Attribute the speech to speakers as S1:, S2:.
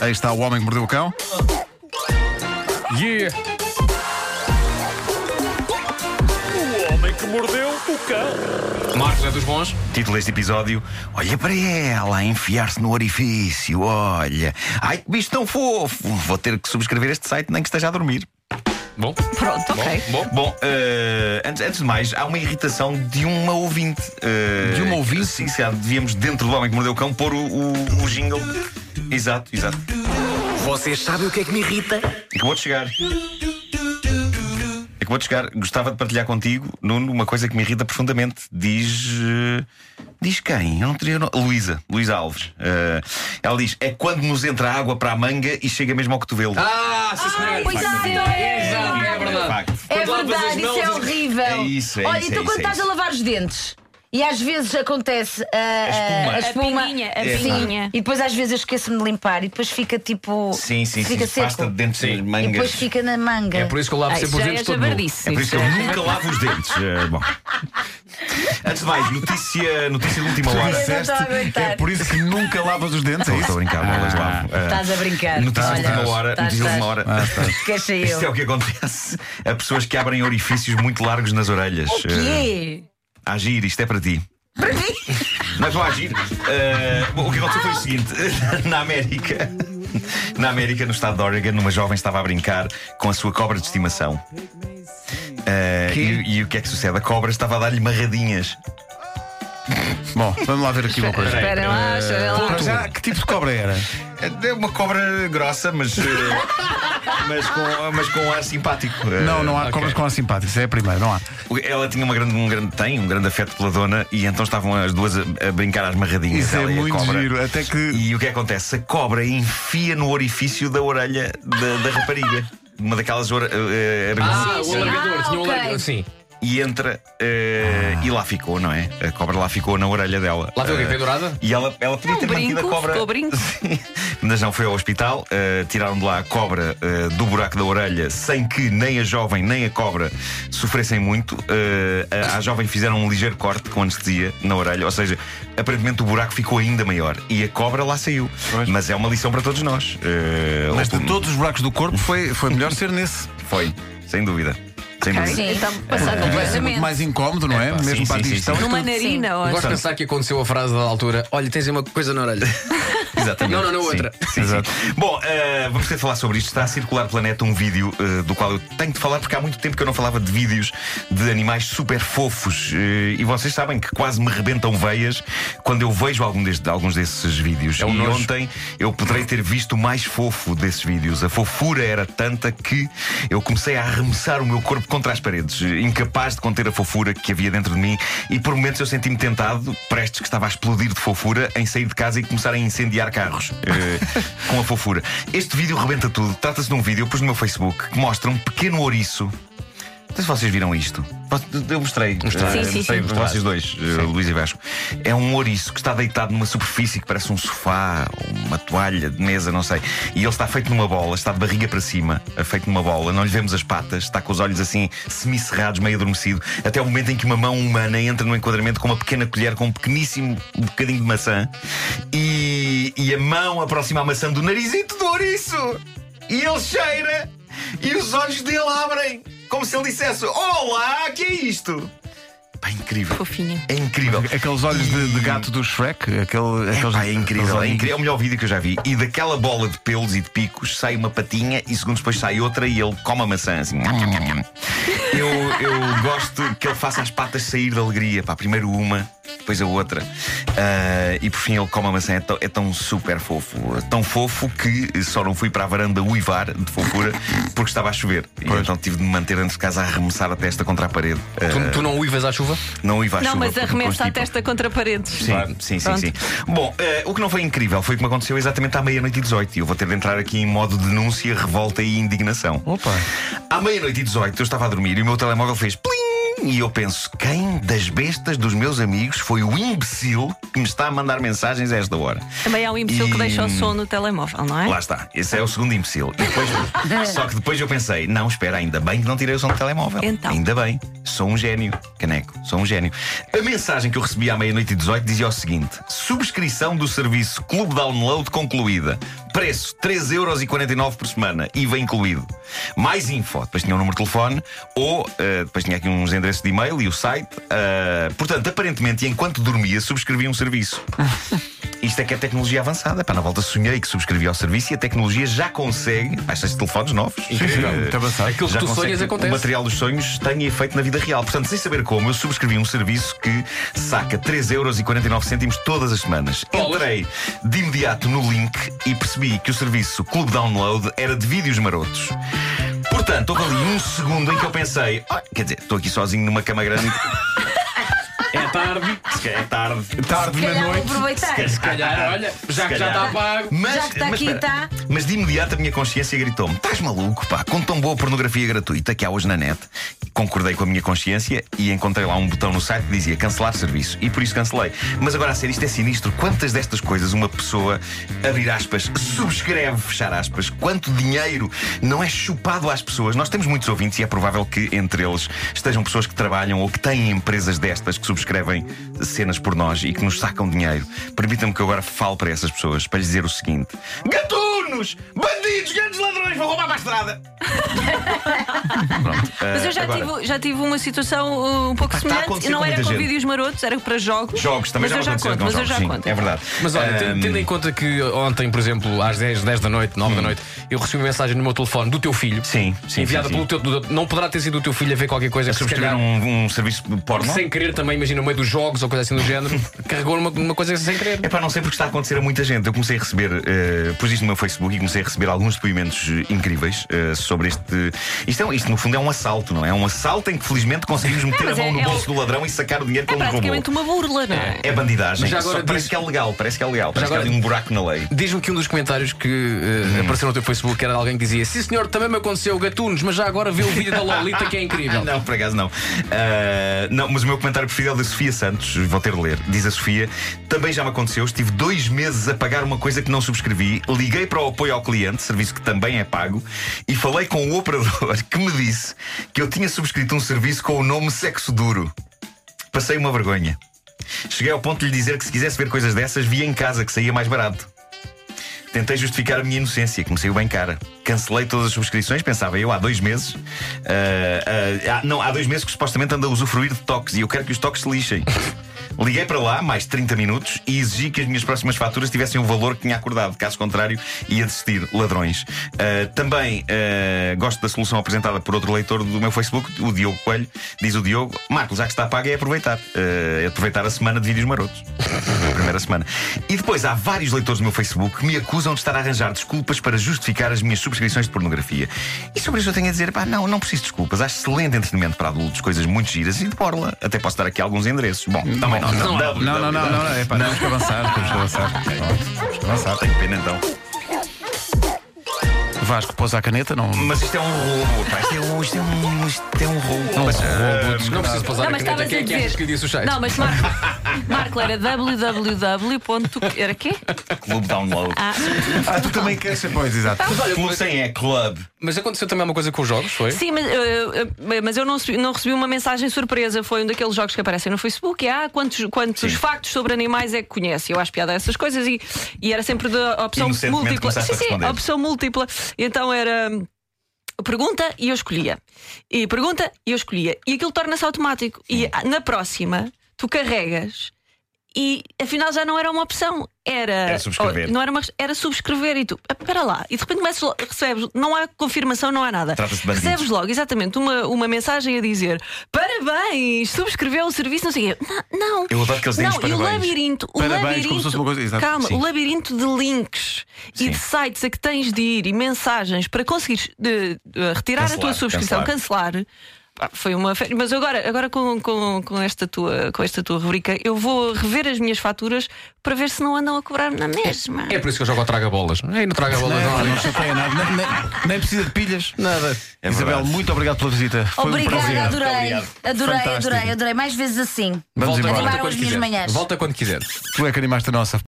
S1: Aí está o homem que mordeu o cão.
S2: Yeah!
S3: O homem que mordeu o cão.
S2: Marcos é dos bons.
S4: Título deste episódio: Olha para ela a enfiar-se no orifício, olha. Ai que bicho tão fofo! Vou ter que subscrever este site, nem que esteja a dormir.
S2: Bom.
S5: Pronto,
S2: Bom,
S5: ok.
S2: bom.
S4: Bom, eh, antes, antes de mais, há uma irritação de uma ouvinte. eh,
S1: De uma ouvinte?
S4: Sim, se calhar devíamos, dentro do homem que mordeu o cão, pôr o, o- o jingle. Exato, exato.
S6: Vocês sabem o que é que me irrita?
S4: Acabou de chegar. Acabou de chegar. Gostava de partilhar contigo, Nuno, uma coisa que me irrita profundamente. Diz. eh, Diz quem? Eu não teria. no- Luísa. Luísa Alves. Eh, ela diz: é quando nos entra água para a manga e chega mesmo ao cotovelo.
S2: Ah, sim, senhor.
S5: Pois é,
S2: Exato, é verdade.
S4: Facto.
S5: é
S2: Quando lavas as
S5: verdade, isso
S2: mãos,
S5: é
S2: as-
S5: horrível.
S4: É isso, é
S5: Olha,
S4: isso, é
S5: então
S4: isso,
S5: quando
S4: é
S5: estás a
S4: isso.
S5: lavar os dentes e às vezes acontece ah, ah,
S4: A espuma.
S5: a espuma,
S7: A pininha, a
S4: É,
S5: Sim.
S7: pininha.
S5: E depois às vezes eu esqueço-me de limpar e depois fica tipo.
S4: Sim, sim,
S5: fica
S4: sim. Pasta
S5: seco.
S4: de dentro
S2: Sim.
S4: das
S5: E
S4: mangas.
S5: depois fica na manga.
S2: É por isso que eu lavo
S7: Ah,
S2: sempre
S7: isso
S2: os
S7: já
S2: dentes
S7: é
S2: todo nu.
S7: jabardice.
S4: É por isso que eu nunca lavo os dentes. Eh, bom. Antes de mais, notícia, notícia de última
S1: Tu
S4: hora.
S5: não estou a aguentar.
S1: é por isso que nunca lavas os dentes, é
S4: Estou a
S1: isso?
S4: brincar, bolas lavo. Eh,
S5: Estás a brincar.
S4: Notícia de
S5: Olha,
S4: última hora.
S5: estás,
S4: Notícia de última
S5: estás.
S4: hora.
S5: Queixa eu.
S4: Isto é o que acontece a pessoas que abrem orifícios muito largos nas orelhas.
S5: O quê?
S4: Eh, agir, isto é para ti.
S5: Para mim?
S4: É, Mas vou agir. Eh, bom, o que aconteceu foi o seguinte: na América. Na América, no estado de Oregon, uma jovem estava a brincar com a sua cobra de estimação. Eh, e, e o que é que sucede? A cobra estava a dar-lhe marradinhas.
S1: Bom, vamos lá ver aqui uma coisa.
S5: Espera lá, espera lá.
S1: Para já, que tipo de cobra era?
S4: É uma cobra grossa, mas, eh, mas, com, mas com um ar simpático. Eh,
S1: Não, não há
S2: Ok.
S1: cobras com ar simpático, isso é a primeira, não há.
S4: Ela tinha uma grande, um grande tem, um grande afeto pela dona, e então estavam as duas a, a brincar às marradinhas.
S1: Isso é
S4: ela e a
S1: muito
S4: cobra.
S1: giro, até que-
S4: E o que acontece? A cobra enfia no orifício da orelha da, da rapariga. Uma daquelas ora- eh, eh,
S2: Ah,
S4: argolas.
S2: o alargador.
S5: Ah,
S2: tinha um
S5: ok.
S2: alargador. Sim.
S4: E entra eh, e lá ficou, não é? A cobra lá ficou na orelha dela.
S2: Lá foi o quê?
S4: Eh,
S2: Pendurada?
S4: E ela, ela podia
S7: Não,
S4: ter mantido a
S7: É um brinco,
S4: cobra.
S7: ficou brinco.
S4: Sim. Mas não foi ao hospital. eh, tiraram de lá a cobra eh, do buraco da orelha sem que nem a jovem nem a cobra sofressem muito. Eh, a, à jovem fizeram um ligeiro corte com anestesia na orelha. Ou seja, aparentemente o buraco ficou ainda maior e a cobra lá saiu. Mas é uma lição para todos nós. Eh,
S1: Mas
S4: ou-
S1: de todos os buracos do corpo foi, foi melhor ser nesse.
S4: Foi, sem dúvida. Sem dúvida.
S5: Sim.
S7: Então, passar
S1: Vai ser muito
S7: completamente.
S1: mais incómodo, não é?
S4: Epá,
S1: Mesmo
S4: sim,
S1: para a
S4: sim, sim,
S1: digestão.
S4: sim.
S7: Numa
S5: Sim.
S7: narina,
S2: Eu
S7: olha.
S2: Gosto de pensar que aconteceu a frase da altura: olha, tens aí uma coisa na orelha.
S4: Exatamente.
S2: Não, não, não, outra.
S4: Sim, sim,
S1: Exato.
S4: sim. Bom, eh, vamos ter de falar sobre isto. Está a circular planeta um vídeo eh, do qual eu tenho de falar porque há muito tempo que eu não falava de vídeos de animais super fofos. eh, e vocês sabem que quase me rebentam veias quando eu vejo algum deste- alguns desses vídeos.
S2: É um
S4: e
S2: nojo.
S4: ontem eu poderei ter visto o mais fofo desses vídeos. A fofura era tanta que eu comecei a arremessar o meu corpo contra as paredes, eh, incapaz de conter a fofura que havia dentro de mim. E por momentos eu senti-me tentado, prestes que estava a explodir de fofura, em sair de casa e começar a incendiar carros eh, com a fofura. Este vídeo rebenta tudo. Trata-se de um vídeo, eu pus no meu Facebook, que mostra um pequeno ouriço. Não sei se vocês viram isto. Eu mostrei.
S2: Mostraste.
S4: Eh,
S7: Sim, sim,
S4: mostrei
S2: sim.
S4: para vocês dois, eh, Luís e Vasco. É um ouriço que está deitado numa superfície que parece um sofá, ou uma toalha de mesa, não sei. E ele está feito numa bola, está de barriga para cima, eh, feito numa bola. Não lhe vemos as patas, está com os olhos assim semicerrados, meio adormecido. Até o momento em que uma mão humana entra no enquadramento com uma pequena colher, com um pequeníssimo bocadinho de maçã. E, e a mão aproxima a maçã do narizito do ouriço. E ele cheira e os olhos dele abrem, como se ele dissesse: Olá, que é isto? Pá, incrível.
S7: Fofinha.
S4: É incrível.
S1: Aqueles olhos de, de gato do Shrek, aquele,
S4: É,
S1: aqueles.
S4: pá, é incrível,
S1: aqueles
S4: é incrível. É o melhor vídeo que eu já vi. E daquela bola de pelos e de picos sai uma patinha e segundos depois sai outra e ele come a maçã assim. Nham, nham, nham, nham. Eu, eu gosto que ele faça as patas sair de alegria. Pá, primeiro uma, depois a outra. Ah, e por fim ele come a maçã. É tão, é tão super fofo. Tão fofo que só não fui para a varanda uivar de fofura porque estava a chover. E então tive de me manter antes de casa a arremessar a testa contra a parede. Ah,
S2: Tu, tu não uivas à chuva?
S4: não uivar
S7: Não,
S4: chuva,
S7: mas
S4: porque tipo
S7: arremessa a
S4: constipa.
S7: testa contra paredes.
S4: Sim,
S2: Claro.
S4: sim, sim,
S7: Pronto.
S4: sim. Bom, eh, o que não foi incrível foi o que me aconteceu exatamente à meia-noite e 18. E eu vou ter de entrar aqui em modo denúncia, revolta e indignação.
S1: Opa!
S4: À meia-noite e 18 eu estava a dormir e o meu telemóvel fez plim E eu penso, quem das bestas dos meus amigos foi o imbecil que me está a mandar mensagens a esta hora?
S7: Também há um imbecil
S4: E-
S7: que deixa o som no telemóvel, não é?
S4: Lá está, esse é o segundo imbecil. E depois- só que depois eu pensei, não, espera, ainda bem que não tirei o som do telemóvel.
S7: Então.
S4: Ainda bem, sou um gênio, caneco, sou um gênio. A mensagem que eu recebi à meia-noite e 18 dizia o seguinte: subscrição do serviço Clube Download concluída. Preço 3,49€ por semana, IVA incluído. Mais info, depois tinha o número de telefone, ou eh, depois tinha aqui uns endereços de e-mail e o site. Ah, portanto, aparentemente, enquanto dormia, subscrevi um serviço. Isto é que é tecnologia avançada. Pá, na volta sonhei que subscrevi ao serviço e a tecnologia já consegue, achas de telefones novos,
S1: Incrível, muito avançado.
S2: Aquilo que
S4: já
S2: tu
S4: consegue
S2: sonhas
S4: que
S2: acontece.
S4: O material dos sonhos tenha efeito na vida real. Portanto, sem saber como, eu subscrevi um serviço que saca 3,49€ todas as semanas. Entrei de imediato no link e percebi que o serviço Clube Download era de vídeos marotos. Portanto, houve ali um segundo em que eu pensei, "Ah, quer dizer, estou aqui sozinho numa cama grande,
S2: É tarde,
S4: se calhar é tarde.
S1: Tarde
S5: Se
S1: na
S5: calhar vou
S1: noite.
S5: aproveitar.
S2: Tá. se calhar, olha, já que já
S4: calhar.
S2: está pago.
S4: Mas,
S5: Já que está
S4: mas
S5: aqui, tá.
S4: espera.
S5: está.
S4: Mas de imediato a minha consciência gritou-me: estás maluco, pá, com tão boa pornografia gratuita que há hoje na net. Concordei com a minha consciência e encontrei lá um botão no site que dizia cancelar serviço e por isso cancelei. Mas agora a ser isto é sinistro. Quantas destas coisas uma pessoa, abrir aspas, subscreve, fechar aspas, quanto dinheiro não é chupado às pessoas? Nós temos muitos ouvintes e é provável que entre eles estejam pessoas que trabalham ou que têm empresas destas que subscrevem cenas por nós e que nos sacam dinheiro. Permitam-me que eu agora fale para essas pessoas para lhes dizer o seguinte: Gatunos! Bandidos, grandes ladrões, vão roubar para a estrada! Pronto,
S7: Mas
S4: eh,
S7: eu já,
S4: agora,
S7: tive, já tive uma situação uh, um pouco
S4: Epá, está a
S7: semelhante.
S4: acontecer
S7: Não
S4: com
S7: era
S4: muita
S7: com
S4: gente.
S7: vídeos marotos, era para jogos.
S4: Jogos também
S7: mas
S4: já
S7: eu já
S4: aconteceu
S7: conto,
S4: com
S7: mas eu
S4: jogos,
S7: já
S4: sim,
S7: conto.
S4: É verdade. Ehm,
S2: Mas olha,
S4: Ahm,
S2: tendo- tendo em conta que ontem, por exemplo, às 10, 10 da noite, 9 da noite, eu recebi uma mensagem no meu telefone do teu filho.
S4: Sim, sim,
S2: Enviada
S4: sim, sim.
S2: pelo teu. do- não poderá ter sido o teu filho a ver qualquer coisa que se
S4: subscrever
S2: calhar,
S4: um, um serviço de porno.
S2: sem querer também, imagina, no meio dos jogos ou coisa assim do género, carregou numa numa coisa sem querer.
S4: É para não sei porque está a acontecer a muita gente. Eu comecei a receber, eh, pus isto no meu Facebook e comecei a receber alguns depoimentos eh, incríveis eh, sobre este. Isto, é, um- isto, no fundo é um assalto, não é? É um assalto em que felizmente conseguimos meter a
S7: mas
S4: mão
S7: é-
S4: no
S7: é
S4: bolso
S7: o-
S4: do ladrão e sacar o dinheiro que
S7: É
S4: ele nos roubou.
S7: praticamente uma burla, não é?
S4: um É bandidagem.
S2: Mas já agora
S4: Só que parece
S2: diz-
S4: que é legal, parece que é legal. Parece
S2: agora-
S4: que há ali um buraco na lei.
S2: Diz-me que um dos comentários que eh, apareceu no teu Facebook era alguém que dizia: Sim, senhor, também me aconteceu gatunos, mas já agora vê o vídeo da Lolita que é incrível.
S4: Não, por acaso não. Ah, não, mas o meu comentário preferido é o da Sofia Santos, vou ter de ler. Diz a Sofia: também já me aconteceu, estive dois meses a pagar uma coisa que não subscrevi, liguei para o apoio ao cliente, serviço que também é pago, e falei com o operador que me disse que eu tinha subscrito um serviço com o nome Sexo Duro. Passei uma vergonha. Cheguei ao ponto de lhe dizer que se quisesse ver coisas dessas, via em casa que saía mais barato. Tentei justificar a minha inocência, que me saiu bem cara. Cancelei todas as subscrições, pensava eu, há dois meses. Ah, ah, ah, não, há dois meses que supostamente anda a usufruir de toques e eu quero que os toques se lixem. Liguei para lá, mais 30 minutos, e exigi que as minhas próximas faturas tivessem o valor que tinha acordado. Caso contrário, ia desistir. Ladrões. Ah, também ah, gosto da solução apresentada por outro leitor do meu Facebook, o Diogo Coelho. Diz o Diogo: Marcos, já que está pago é aproveitar. Ah, é aproveitar a semana de vídeos marotos. A primeira semana. E depois há vários leitores do meu Facebook que me acusam de estar a arranjar desculpas para justificar as minhas subscrições de pornografia. E sobre isso eu tenho a dizer, pá, não, não preciso de desculpas. Há excelente entretenimento para adultos, coisas muito giras e de borla. Até posso dar aqui alguns endereços. Bom, também não. Não,
S1: Não, não, não, não, não. É pá, temos que avançar, temos que avançar. Temos que avançar.
S4: Tenho pena então.
S1: Vasco, pousa a caneta, não.
S4: Mas isto é um roubo, pá. Isto é um, isto é um, isto é um roubo.
S1: Não,
S4: Mas,
S1: roubo,
S2: Não preciso passar
S7: Não, mas
S2: a caneta.
S7: estavas
S2: Quem
S7: a
S2: é que
S7: dizer-
S2: achas que lhe disse o site?
S7: Não, mas Marco, Marco era www. Era quê?
S4: ah, clube download.
S7: Ah,
S1: Ah, tu também queres ser, pois, exato.
S4: Clube sem é club.
S2: Mas aconteceu também uma coisa com os jogos, foi?
S7: Sim, mas, eh, eh, mas eu não recebi, não recebi uma mensagem surpresa. Foi um daqueles jogos que aparecem no Facebook. E há quantos, quantos
S4: Sim.
S7: factos sobre animais é que conhece? Eu acho piada a essas coisas e, e era sempre da opção
S4: Inocentemente
S7: múltipla.
S4: começaste
S7: Sim,
S4: a
S7: sim,
S4: responder.
S7: opção múltipla. E Então era. hum, Pergunta e eu escolhia. E pergunta e eu escolhia. E aquilo torna-se automático. E ah, na próxima, tu carregas e afinal já não era uma opção. Era.
S4: Era subscrever.
S7: oh, não era, uma, era subscrever e tu. "Ah, Espera lá. E de repente começas, lo- recebes. Não há confirmação, não há nada.
S4: Trata-se de bandidos.
S7: Recebes logo, exatamente, uma, uma mensagem a dizer parabéns, subscreveu o serviço, não sei o quê. Não, não.
S4: Eu adoro que eles deem
S7: Não,
S4: os
S7: e o
S4: parabéns.
S7: labirinto. O
S1: Parabéns,
S7: labirinto,
S1: como se fosse uma coisa- exato,
S7: Calma,
S4: sim.
S7: o labirinto de links
S4: Sim.
S7: e de sites a que tens de ir e mensagens para conseguires eh, eh, retirar a
S4: Cancelar,
S7: tua subscrição, cancelar. pá, foi uma férias. Mas agora, agora com, com, com, esta tua, com esta tua rubrica, eu vou rever as minhas faturas para ver se não andam a cobrar-me na mesma.
S2: É por isso que eu jogo ao traga-bolas. Ei, não traga-bolas, não.
S1: Não,
S2: não.
S1: não chateia nada. Nem, nem- nem precisa de pilhas. Nada.
S4: É
S1: Isabel,
S4: verdade.
S1: muito obrigado pela visita. Foi um prazer.
S5: Obrigada, adorei.
S1: Obrigado.
S5: Adorei,
S1: Fantástico.
S5: adorei, adorei. Mais vezes assim.
S1: Vamos
S2: Volta,
S1: embora.
S2: volta
S5: Animaram
S2: quando
S5: as minhas
S2: quiser.
S5: manhãs.
S2: Volta quando quiser.
S1: Tu é que animaste a nossa.